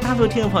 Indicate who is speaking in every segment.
Speaker 1: 大陆听众朋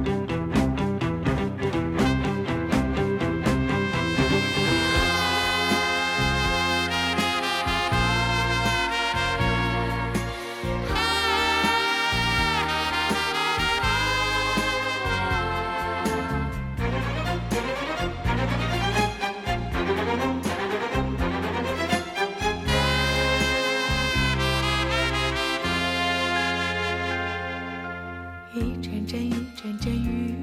Speaker 2: 一阵阵一阵阵雨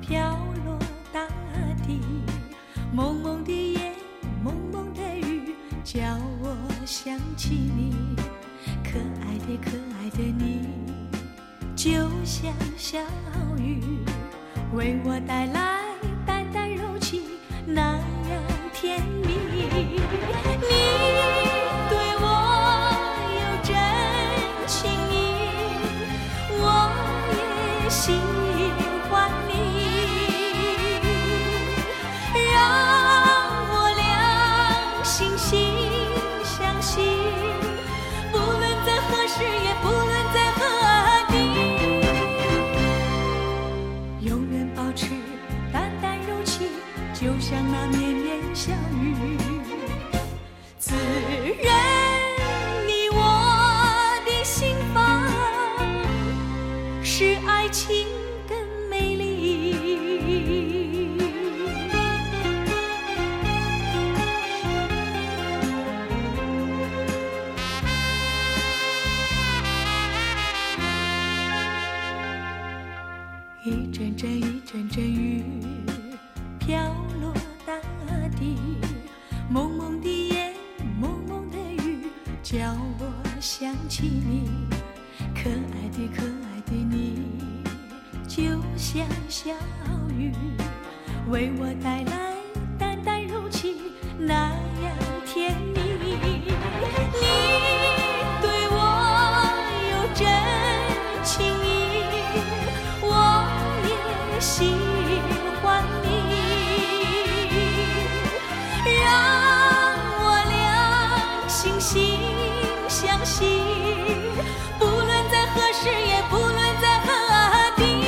Speaker 2: 飘落大地，蒙蒙的夜，蒙蒙的雨，叫我想起你。可爱的可爱的你，就像小雨，为我带来淡淡柔情，那样甜蜜。你对我有真。起你，可爱的可爱的你，就像小雨，为我带来淡淡柔情那样甜蜜。你对我有真情意，我也喜欢你，让我俩惺惺相惜，不论在何时，也不论在何地，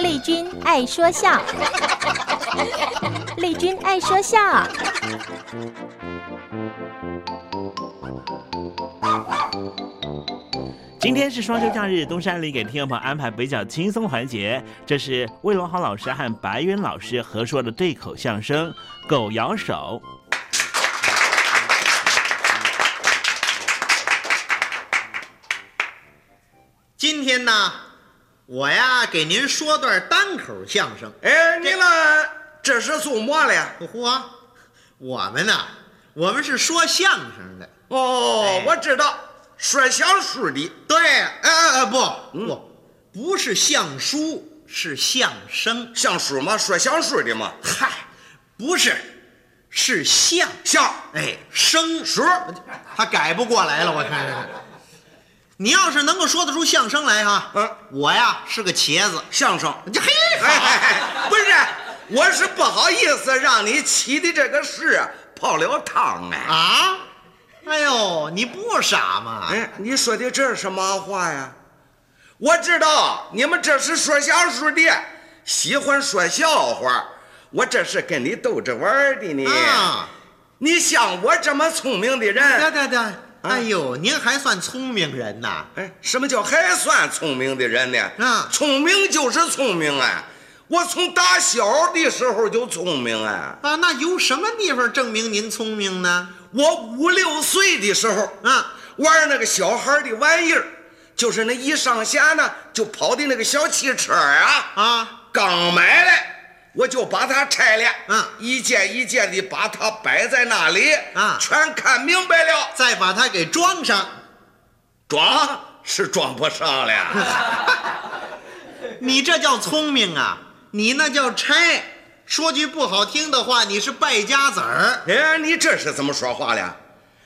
Speaker 3: 丽君爱说笑， 丽君爱说笑。
Speaker 4: 啊
Speaker 1: 今天是双休假日，东山里给听众朋友安排比较轻松环节，这是魏龙豪老师和白云老师合说的对口相声《狗咬手》。
Speaker 4: 今天呢，我呀给您说段单口相声。
Speaker 5: 哎，你了，这是做么了呀？
Speaker 4: 嚯，我们呢，我们是说相声的。
Speaker 5: 哦
Speaker 4: 哎，
Speaker 5: 我知道，说相书的。
Speaker 4: 对，哎哎哎，不不，不是相书，是相声。
Speaker 5: 相书嘛，说相书的嘛。
Speaker 4: 嗨，不是，是相。
Speaker 5: 相
Speaker 4: 哎，生说，他改不过来了，我看看。你要是能够说得出相声来哈，
Speaker 5: 嗯
Speaker 4: 我呀是个茄子。
Speaker 5: 相声。
Speaker 4: 这嘿，
Speaker 5: 哎哎，哎不是，我是不好意思让你起的这个事泡了汤哎。
Speaker 4: 啊，哎呦，你不傻吗？
Speaker 5: 哎，你说的这是嘛话呀？
Speaker 1: 我知道你们这是说相声的，喜欢说笑话。我这是跟你逗着玩儿的呢。
Speaker 4: 啊
Speaker 1: 你像我这么聪明的人，
Speaker 4: 对对对，哎呦，您还算聪明人呐？
Speaker 1: 哎，什么叫还算聪明的人呢？啊，聪明就是聪明啊！我从打小的时候就聪明啊！
Speaker 4: 啊，那由什么地方证明您聪明呢？
Speaker 1: 我五六岁的时候啊，玩那个小孩的玩意儿，就是那一上弦呢就跑的那个小汽车啊啊，刚买来。我就把它拆了，嗯，
Speaker 4: 啊
Speaker 1: 一件一件的把它摆在那里，啊，全看明白了，
Speaker 4: 再把它给装上，
Speaker 1: 装是装不上了。
Speaker 4: 你这叫聪明啊！你那叫拆。说句不好听的话，你是败家子儿。
Speaker 1: 哎，你这是怎么说话了？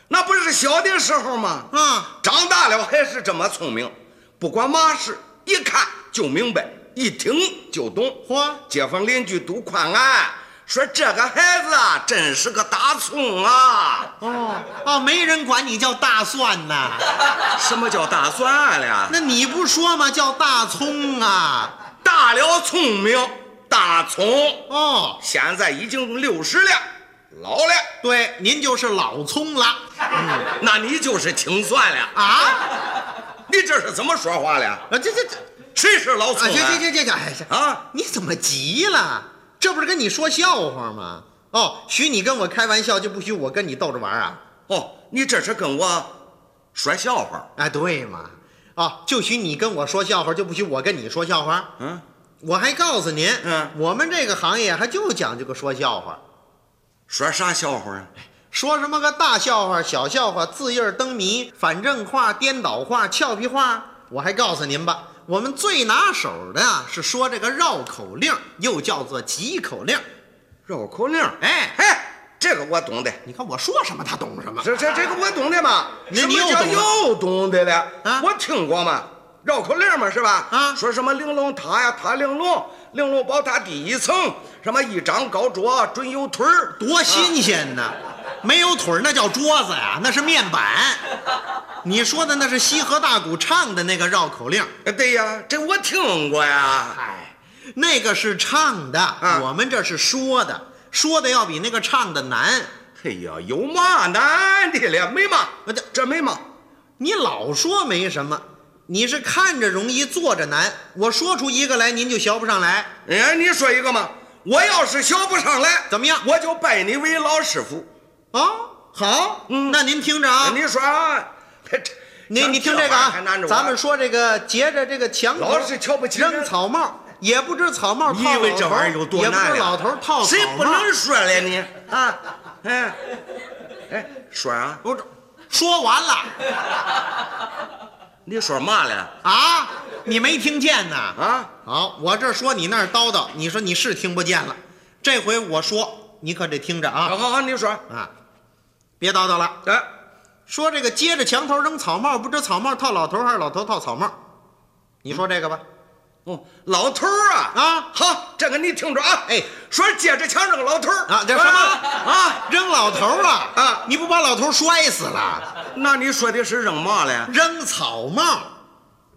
Speaker 1: 那不是小的时候吗？
Speaker 4: 啊，
Speaker 1: 长大了还是这么聪明，不管嘛事，一看就明白，一听就懂。
Speaker 4: 嚯，
Speaker 1: 街坊邻居都夸俺，说这个孩子啊，真是个大葱啊！
Speaker 4: 哦哦，没人管你叫大蒜呐、
Speaker 1: 什么叫大蒜了？
Speaker 4: 那你不说吗？叫大葱啊！
Speaker 1: 大了聪明，大葱
Speaker 4: 哦，
Speaker 1: 现在已经六十了，老了。嗯
Speaker 4: 对，您就是老葱了
Speaker 1: 那你就是听算了，
Speaker 4: 啊！
Speaker 1: 你这是怎么说话了？
Speaker 4: 啊，这这这，
Speaker 1: 谁是老葱
Speaker 4: 啊，
Speaker 1: 啊？
Speaker 4: 行行行行行，哎是
Speaker 1: 啊，
Speaker 4: 你怎么急了？这不是跟你说笑话吗？哦，许你跟我开玩笑，就不许我跟你逗着玩啊？
Speaker 1: 哦，你这是跟我说笑话？
Speaker 4: 哎，对嘛，哦，就许你跟我说笑话，就不许我跟你说笑话。
Speaker 1: 嗯，
Speaker 4: 我还告诉您，
Speaker 1: 嗯
Speaker 4: 我们这个行业还就讲究个说笑话，
Speaker 1: 说啥笑话啊？
Speaker 4: 说什么个大笑话、小笑话、字印儿灯谜、反正话、颠倒话、俏皮话。我还告诉您吧，我们最拿手的啊是说这个绕口令，又叫做急口令。
Speaker 1: 绕口令？
Speaker 4: 哎，
Speaker 1: 哎，这个我懂的。
Speaker 4: 你看我说什么，他懂什么。
Speaker 1: 这这这个我懂的嘛，
Speaker 4: 你
Speaker 1: 什么
Speaker 4: 你又
Speaker 1: 叫
Speaker 4: 懂
Speaker 1: 又懂的了？
Speaker 4: 啊
Speaker 1: 我听过嘛，绕口令嘛是吧？
Speaker 4: 啊
Speaker 1: 说什么玲珑塔呀，塔玲珑，玲珑宝塔第一层，什么一张高桌准有腿儿，
Speaker 4: 多新鲜呐！没有腿儿那叫桌子呀、那是面板。你说的那是西河大鼓唱的那个绕口令，
Speaker 1: 哎对呀，这我听过呀。
Speaker 4: 哎，那个是唱的，我们这是说的，说的要比那个唱的难。
Speaker 1: 哎呀，有嘛难的了？没嘛，
Speaker 4: 啊这
Speaker 1: 这没嘛。
Speaker 4: 你老说没什么，你是看着容易做着难。我说出一个来，您就学不上来。
Speaker 1: 哎，你说一个嘛，我要是学不上来，
Speaker 4: 怎么样
Speaker 1: 我就拜你为老师傅。
Speaker 4: 哦，好，
Speaker 1: 嗯
Speaker 4: 那您听着啊，
Speaker 1: 你说啊，这
Speaker 4: 你你听这个啊
Speaker 1: 还难着，我
Speaker 4: 咱们说这个截着这个墙头
Speaker 1: 老是瞧不起人
Speaker 4: 扔草帽，也不知草帽套
Speaker 1: 你以为
Speaker 4: 老
Speaker 1: 这
Speaker 4: 头
Speaker 1: 玩意儿有哎多
Speaker 4: 也
Speaker 1: 难
Speaker 4: 不
Speaker 1: 呀
Speaker 4: 知老头套
Speaker 1: 谁
Speaker 4: 草
Speaker 1: 不
Speaker 4: 帽
Speaker 1: 能说了你啊？哎，哎，说啊，
Speaker 4: 我这说完了
Speaker 1: 你说嘛了
Speaker 4: 啊，你没听见呐？
Speaker 1: 啊？
Speaker 4: 好，我这说你那儿叨叨，你说你是听不见了。这回我说，你可得听着
Speaker 1: 好
Speaker 4: 啊
Speaker 1: 好好，你说，
Speaker 4: 啊，别叨叨了。
Speaker 1: 哎，
Speaker 4: 说这个接着墙头扔草帽，不知草帽套老头还是老头套草帽，你说这个吧。
Speaker 1: 哦，老头儿啊
Speaker 4: 啊
Speaker 1: 好，这个你听着啊，
Speaker 4: 哎，
Speaker 1: 说接着抢这个老头儿
Speaker 4: 啊，这什么
Speaker 1: 啊？
Speaker 4: 扔老头儿啊
Speaker 1: 啊
Speaker 4: 你不把老头儿摔死了？
Speaker 1: 那你说的是扔嘛了？
Speaker 4: 扔草帽，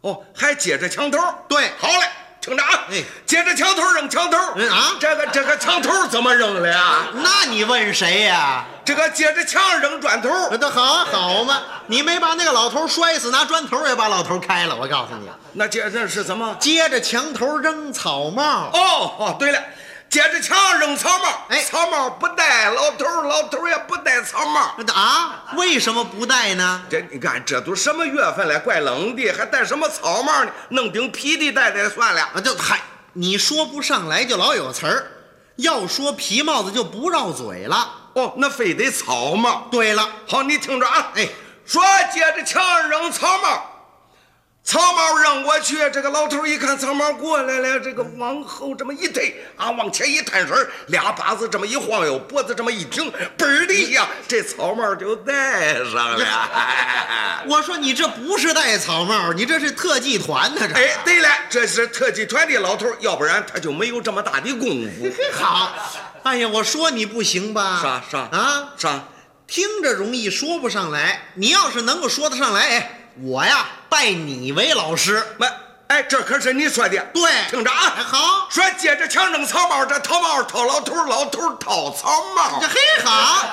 Speaker 1: 哦，还接着墙头儿？
Speaker 4: 对
Speaker 1: 好嘞，听着啊，
Speaker 4: 哎
Speaker 1: 接着墙头儿扔墙头儿
Speaker 4: 嗯啊
Speaker 1: 这个这个墙头儿怎么扔的呀？
Speaker 4: 那你问谁呀、
Speaker 1: 这个接着墙扔砖头儿，
Speaker 4: 那都好啊好嘛，你没把那个老头儿摔死，拿砖头儿也把老头儿开了。我告诉你，
Speaker 1: 那接那是怎么？
Speaker 4: 接着墙头儿扔草帽，
Speaker 1: 哦哦，对了，接着墙扔草帽，
Speaker 4: 哎
Speaker 1: 草帽不戴，老头儿老头儿也不戴草帽。
Speaker 4: 那啊，为什么不戴呢？
Speaker 1: 这你看，这都什么月份了，怪冷的，还戴什么草帽呢？弄顶皮的戴戴算了。
Speaker 4: 啊，就嗨，你说不上来就老有词儿，要说皮帽子就不绕嘴了。
Speaker 1: 哦，那非得草帽。
Speaker 4: 对了，
Speaker 1: 好，你听着啊，
Speaker 4: 哎，
Speaker 1: 说接着墙扔草帽。草帽扔过去，这个老头儿一看草帽过来了，这个往后这么一推啊，往前一探身儿，俩把子这么一晃悠，脖子这么一挺，嘣儿的一下，这草帽就戴上了。
Speaker 4: 我说你这不是戴草帽，你这是特技团呢、这。
Speaker 1: 哎，对了，这是特技团的老头儿，要不然他就没有这么大的功夫。
Speaker 4: 好，哎呀，我说你不行吧？
Speaker 1: 啥啥
Speaker 4: 啊？
Speaker 1: 啥？
Speaker 4: 听着容易说不上来，你要是能够说得上来，哎，我呀拜你为老师。
Speaker 1: 没，哎，这可是你说的，
Speaker 4: 对，
Speaker 1: 听着啊，
Speaker 4: 好，
Speaker 1: 说接着强征草帽，这草帽掏老头，老头掏草帽，
Speaker 4: 这很好。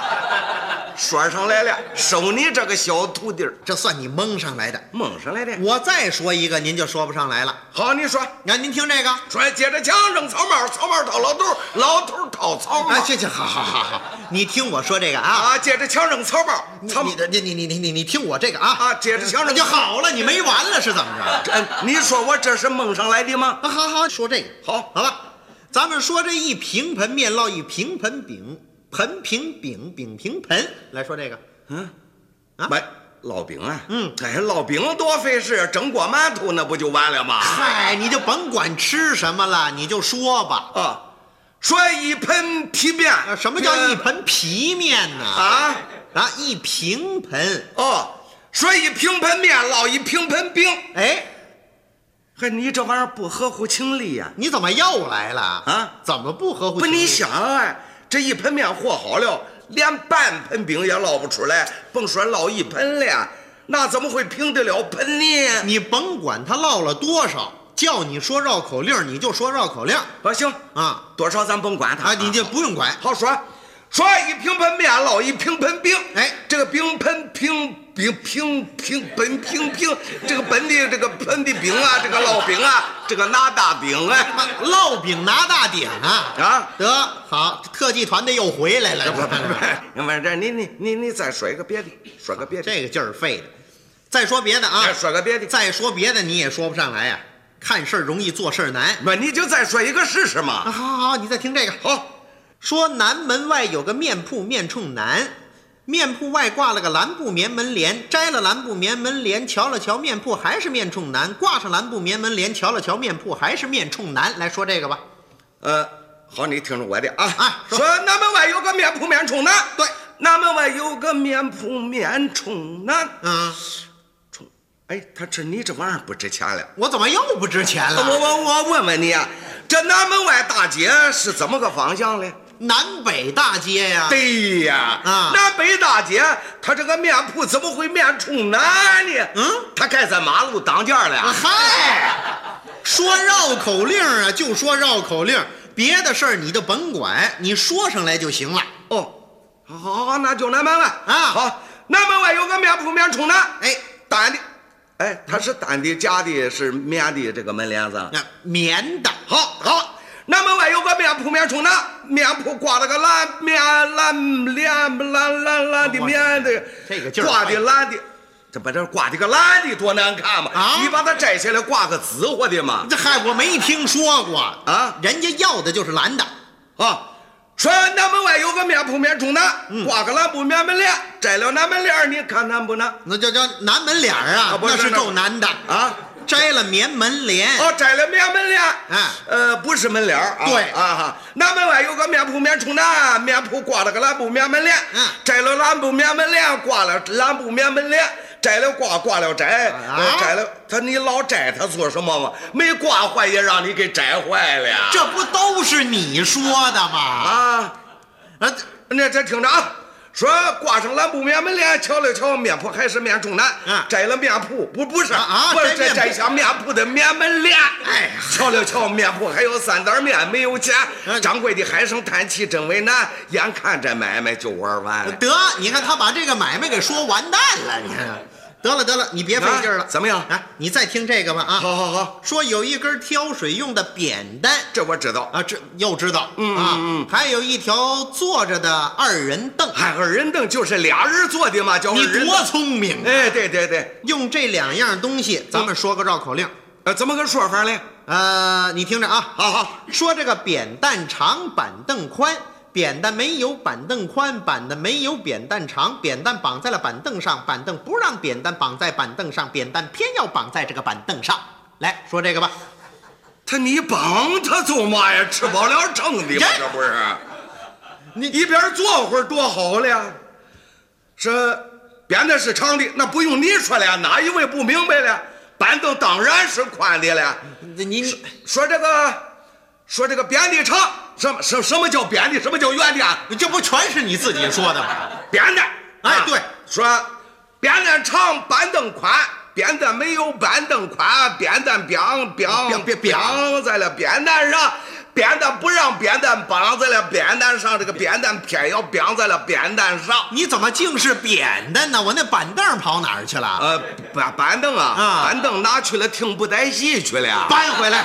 Speaker 1: 说上来了，收你这个小徒弟儿，
Speaker 4: 这算你蒙上来的，
Speaker 1: 蒙上来的。
Speaker 4: 我再说一个，您就说不上来了。
Speaker 1: 好，你说，
Speaker 4: 那您听这个，
Speaker 1: 说接着强征草帽，草帽掏老头，老头掏草帽。
Speaker 4: 啊，去去，好好好好，你听我说这个啊，
Speaker 1: 啊，接着强征草帽，
Speaker 4: 你
Speaker 1: 草帽
Speaker 4: 你的你你你你你你听我这个啊
Speaker 1: 啊，接着强
Speaker 4: 那
Speaker 1: 征
Speaker 4: 就好了，你没完了是怎么着？
Speaker 1: 这呃你说我这是蒙上来的吗？
Speaker 4: 啊，好好说这个，
Speaker 1: 好，
Speaker 4: 好吧，咱们说这一平盆面烙一平盆饼，盆平饼饼平盆，来说这个，
Speaker 1: 嗯，
Speaker 4: 啊
Speaker 1: 买烙饼啊，
Speaker 4: 嗯
Speaker 1: 哎，烙饼多费事，蒸锅馒头那不就完了 吗？
Speaker 4: 嗨，你就甭管吃什么了，你就说吧。
Speaker 1: 啊，说一盆皮面
Speaker 4: 啊，，什么叫一盆皮面呢？
Speaker 1: 啊？
Speaker 4: 啊，一平盆，
Speaker 1: 哦，说一平盆面烙一平盆饼，
Speaker 4: 哎，
Speaker 1: 嘿，你这玩意儿不合乎情理呀、
Speaker 4: 你怎么又来了
Speaker 1: 啊
Speaker 4: 怎么不合乎
Speaker 1: 不，
Speaker 4: 情理？
Speaker 1: 你想啊，这一盆面和好了，连半盆饼也烙不出来，甭说烙一盆了，那怎么会平得了盆呢？
Speaker 4: 你甭管他唠了多少，叫你说绕口令儿，你就说绕口令儿
Speaker 1: 啊，行，
Speaker 4: 啊
Speaker 1: 多少咱甭管它
Speaker 4: 啊！你就不用管。
Speaker 1: 好说，说一平盆面烙一平盆饼，
Speaker 4: 哎
Speaker 1: 这个饼盆平饼平平本平平，这个本的这个盆的饼啊，这个烙饼啊，这个拿大饼啊，
Speaker 4: 哎烙饼拿大典啊！
Speaker 1: 啊，
Speaker 4: 得好，特技团队又回来了。
Speaker 1: 不是这你你你你再说一个别的，说个别的，
Speaker 4: 这个劲儿费的。再说别的啊
Speaker 1: 哎，说个别的，
Speaker 4: 再说别的你也说不上来呀、啊看事儿容易做事儿难。
Speaker 1: 不你就再说一个试试
Speaker 4: 啊，
Speaker 1: 嘛。
Speaker 4: 好好好，你再听这个。
Speaker 1: 好，
Speaker 4: 说南门外有个面铺，面冲南，面铺外挂了个蓝布棉门帘，摘了蓝布棉门帘，瞧了瞧面铺还是面冲南，挂上蓝布棉门帘，瞧了瞧面铺还是面冲南。来说这个吧，
Speaker 1: 呃，好，你听着我的啊
Speaker 4: 啊说
Speaker 1: 说南门外有个面铺面冲南，
Speaker 4: 对，
Speaker 1: 南门外有个面铺面冲南，
Speaker 4: 嗯，
Speaker 1: 哎，他这你这玩意儿不值钱了。啊
Speaker 4: 我怎么又不值钱
Speaker 1: 我
Speaker 4: 了？
Speaker 1: 我我问问你啊，这南门外大街是怎么个方向嘞？
Speaker 4: 南北大街呀、
Speaker 1: 对呀，
Speaker 4: 啊
Speaker 1: 南北大街，它这个面铺怎么会面冲南呢？
Speaker 4: 嗯，
Speaker 1: 它盖在马路当间儿了
Speaker 4: 啊
Speaker 1: 呀。
Speaker 4: 嗨，说绕口令啊，就说绕口令，别的事儿你就甭管，你说上来就行了。
Speaker 1: 哦，好好好，那就南门外
Speaker 4: 啊
Speaker 1: 好，南门外有个面铺面冲南，
Speaker 4: 哎，
Speaker 1: 单的，哎，它是单的夹的，是棉的这个门帘子。
Speaker 4: 那棉的
Speaker 1: 好好，南门外有个面铺面冲南，面铺挂了个蓝面蓝帘蓝蓝蓝的棉的，
Speaker 4: 这个劲儿哎
Speaker 1: 挂的蓝的，这把这挂的个蓝的多难看嘛！
Speaker 4: 啊
Speaker 1: 你把它摘下来挂个紫活的嘛！
Speaker 4: 这嗨，我没听说过
Speaker 1: 啊
Speaker 4: 人家要的就是蓝的，
Speaker 1: 啊，说南门外有个面铺面冲南，挂个蓝布棉门帘，摘了南门帘儿，你看难不难？
Speaker 4: 那叫叫南门脸儿啊
Speaker 1: 啊，不是
Speaker 4: 那是
Speaker 1: 那
Speaker 4: 够难的
Speaker 1: 啊！
Speaker 4: 摘了棉门帘，
Speaker 1: 哦，摘了棉门帘，
Speaker 4: 哎
Speaker 1: 呃，不是门帘儿啊，
Speaker 4: 对
Speaker 1: 啊哈，南门外有个面铺面冲南，面铺挂了个蓝布棉门帘，
Speaker 4: 嗯
Speaker 1: 摘了蓝布棉门帘，挂了蓝布棉门帘，摘了挂，挂了摘，
Speaker 4: 啊
Speaker 1: 呃摘了他，你老摘他做什么嘛？没挂坏也让你给摘坏了呀，
Speaker 4: 这不都是你说的吗？
Speaker 1: 啊，
Speaker 4: 啊，
Speaker 1: 那这听着啊。说挂上蓝布棉门帘，瞧了瞧面铺还是面冲南，
Speaker 4: 嗯
Speaker 1: 摘了面铺不不是
Speaker 4: 啊啊
Speaker 1: 不是
Speaker 4: 摘面
Speaker 1: 这
Speaker 4: 铺
Speaker 1: 摘下面铺的棉门帘，
Speaker 4: 哎呀
Speaker 1: 瞧了瞧面铺还有三袋面没有钱
Speaker 4: 嗯，
Speaker 1: 掌柜的唉声叹气真为难，眼看这买卖就玩完了。
Speaker 4: 得，你看他把这个买卖给说完蛋了，你看。得了得了，你别费劲儿了、
Speaker 1: 啊怎么样
Speaker 4: 啊，你再听这个吧啊！
Speaker 1: 好好好，
Speaker 4: 说有一根挑水用的扁担
Speaker 1: 这我知道。
Speaker 4: 啊，这又知道、
Speaker 1: 嗯
Speaker 4: 啊、
Speaker 1: 嗯嗯
Speaker 4: 还有一条坐着的二人凳，
Speaker 1: 哎，二人凳就是俩人坐的嘛，叫二
Speaker 4: 你
Speaker 1: 人
Speaker 4: 多
Speaker 1: 凳。
Speaker 4: 聪明、啊！
Speaker 1: 哎，对对对，
Speaker 4: 用这两样东西，咱们说个绕口令。
Speaker 1: 呃，怎么个说法嘞？
Speaker 4: 呃，你听着啊，
Speaker 1: 好好，
Speaker 4: 说这个扁担长，板凳宽，扁担没有板凳宽，板凳没有扁担长，扁担绑在了板凳上，板凳不让扁担绑在板凳上，扁担偏要绑在这个板凳上。来说这个吧，
Speaker 1: 他你帮他做嘛呀？吃饱了撑的嘛
Speaker 4: 哎，
Speaker 1: 这不是？
Speaker 4: 你
Speaker 1: 一边坐会儿多好嘞。是编的是长的，那不用你说了，哪一位不明白了？板凳当然是宽的了。
Speaker 4: 你你
Speaker 1: 说这个，说这个扁的长，什么什什么叫扁的？什么叫圆的啊？
Speaker 4: 这不全是你自己说的吗？
Speaker 1: 扁的，
Speaker 4: 哎对
Speaker 1: 说扁担长，板凳宽，
Speaker 5: 扁担没有板凳宽，扁担绑绑绑在了扁担上，扁担不让扁担绑在了扁担上，这个扁担偏要绑在了扁担上。
Speaker 1: 你怎么净是扁担呢？我那板凳跑哪儿去了？
Speaker 5: 呃，板板凳啊，板凳拿去了，听不带戏去了，
Speaker 1: 搬回来。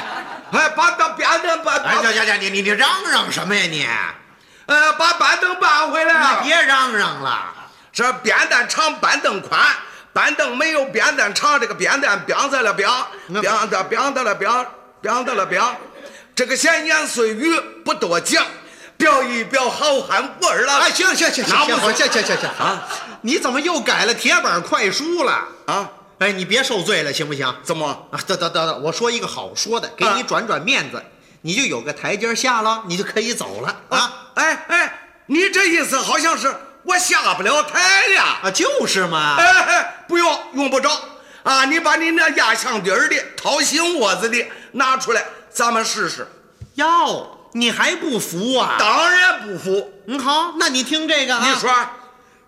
Speaker 5: 哎，把把扁担把，
Speaker 1: 哎，行行行，你你你嚷嚷什么呀你？
Speaker 5: 呃，把板凳搬回来。
Speaker 1: 别嚷嚷了，
Speaker 5: 这扁担长，板凳宽。板凳没有扁担长，这个扁担扁在了扁，扁的扁的了扁，扁的了扁。这个闲言碎语不多讲，表一表好汉过儿了。
Speaker 1: 哎，行行行，
Speaker 5: 拿不
Speaker 1: 行行行行行啊！你怎么又改了铁板快书了啊？哎，你别受罪了，行不行？
Speaker 5: 怎么？
Speaker 1: 啊，得得得得，我说一个好说的，给你转转面子，你就有个台阶下了，你就可以走了啊！
Speaker 5: 哎哎，你这意思好像是。我下不了台了
Speaker 1: 啊，就是嘛！
Speaker 5: 哎哎，不用，用不着啊！你把你那压箱底儿的、掏心窝子的拿出来，咱们试试。
Speaker 1: 哟，你还不服啊？
Speaker 5: 当然不服。
Speaker 1: 嗯，好，那你听这个啊。
Speaker 5: 你说，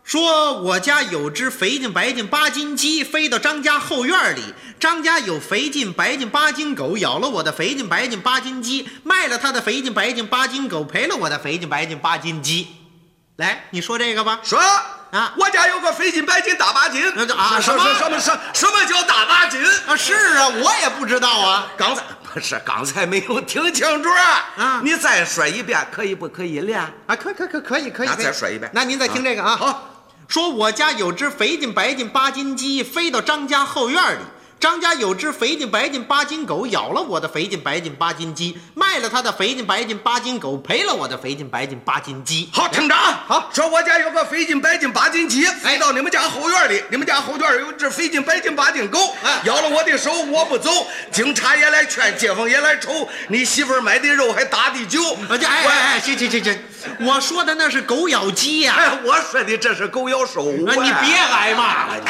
Speaker 1: 说我家有只肥劲白劲八斤鸡飞到张家后院里，张家有肥劲白劲八斤狗咬了我的肥劲白劲八斤鸡，卖了他的肥劲白劲八斤狗，赔了我的肥劲白劲八斤鸡。来，你说这个吧。
Speaker 5: 说啊，我家有个肥金白金大八斤。
Speaker 1: 那啊，
Speaker 5: 什么什么什什么叫大八斤
Speaker 1: 啊？是啊，我也不知道啊。
Speaker 5: 刚才不是刚才没有听清楚啊。啊，你再说一遍，可以不可以了？
Speaker 1: 啊，可可可可以可以。
Speaker 5: 再说一遍。
Speaker 1: 那您再听这个啊。
Speaker 5: 好，
Speaker 1: 说我家有只肥金白金八斤鸡飞到张家后院里，张家有只肥金白金八斤狗咬了我的肥金白金八斤鸡，卖了他的肥金白金八斤狗，赔了我的肥金白金八斤鸡。
Speaker 5: 好，听着啊。
Speaker 1: 好，
Speaker 5: 说我家有个肥金白金八斤鸡，飞到你们家后院里。你们家后院有只肥金白金八斤狗，咬了我的手，我不走。警察也来劝，街坊也来抽。你媳妇买的肉还打的酒。
Speaker 1: 哎哎哎，行行行行，我说的那是狗咬鸡呀、啊
Speaker 5: 哎，我说的这是狗咬手、啊。哎
Speaker 1: 你别挨骂了你。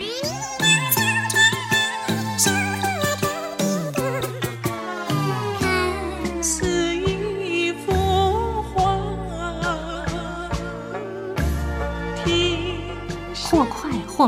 Speaker 2: 看似一幅画。听。
Speaker 6: 或快或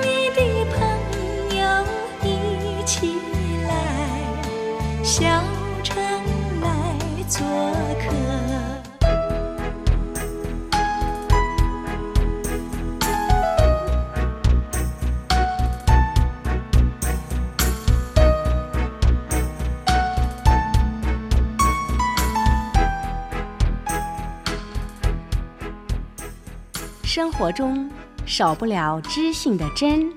Speaker 2: 密的朋友一起来，小城来做客。
Speaker 4: 生活中少不了知性的真，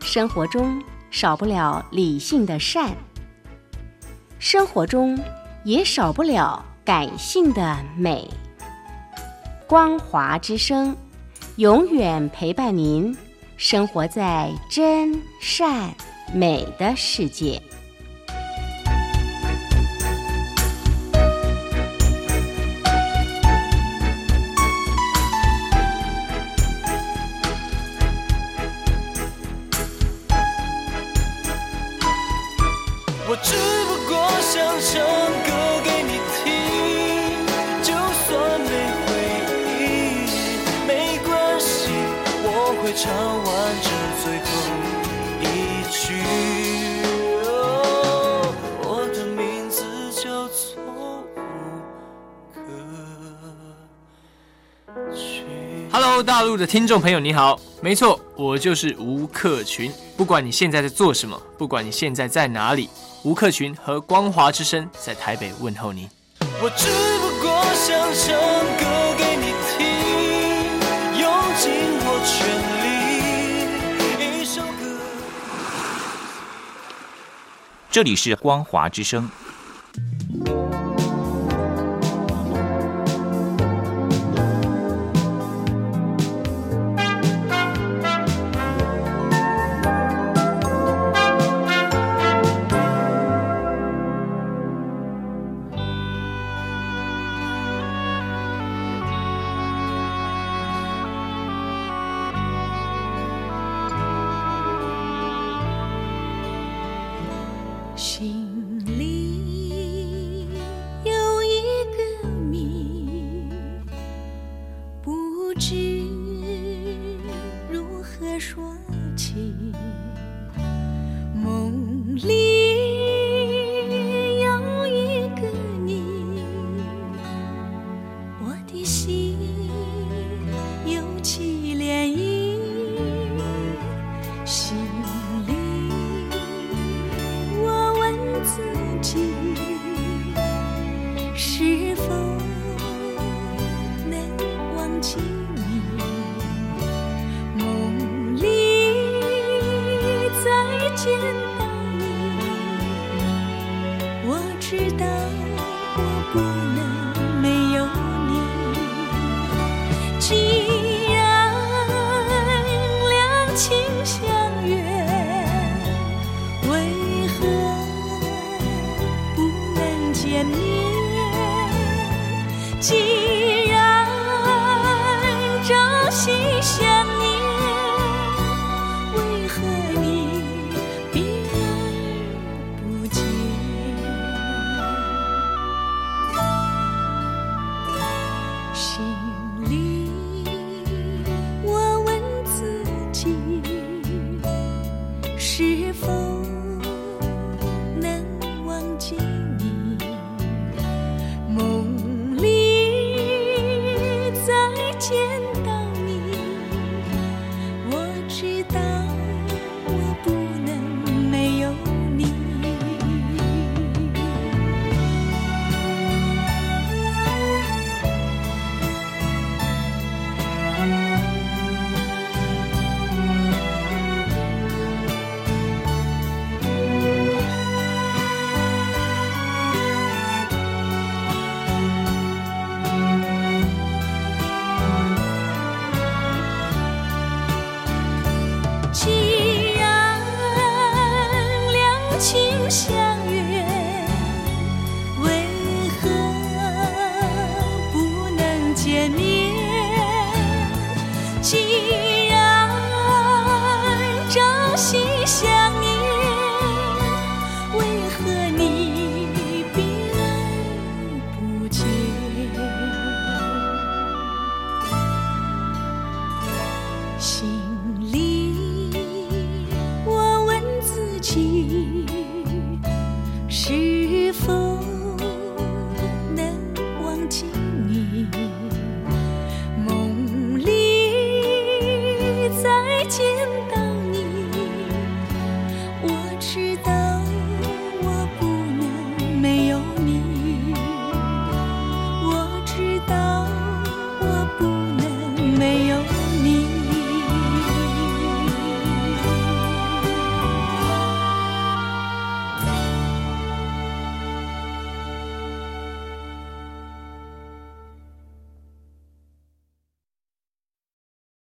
Speaker 4: 生活中少不了理性的善，生活中也少不了感性的美。光华之声，永远陪伴您，生活在真善美的世界。
Speaker 7: 我只不过想唱歌给你听，就算没回忆，没关系，我会唱完这最后一句。哦我的名字叫错误歌曲。
Speaker 8: Hello，大陆的听众朋友，你好，没错，我就是吴克群。不管你现在在做什么，不管你现在在哪里，吴克群和光华之声在台北问候你。
Speaker 7: 我只不过想唱歌给你听，用尽我全力。一首歌，
Speaker 9: 这里是光华之声。
Speaker 2: 心里有一个谜，不知如何说起。梦里有一个你，我的心有起涟漪，心里。我问自己，是否能忘记你？梦里再见到你，我知道我不能没有你。既然两情相悦，为何不能见面？既然朝夕相念，为何你避而不见？心里我问自己，是否能忘记你？梦里再见到你，我知道我不能没有你。既然两情相悦，为何不能见面？既然朝夕相念，为何你避而不见？心里我问自己，是否能忘记你？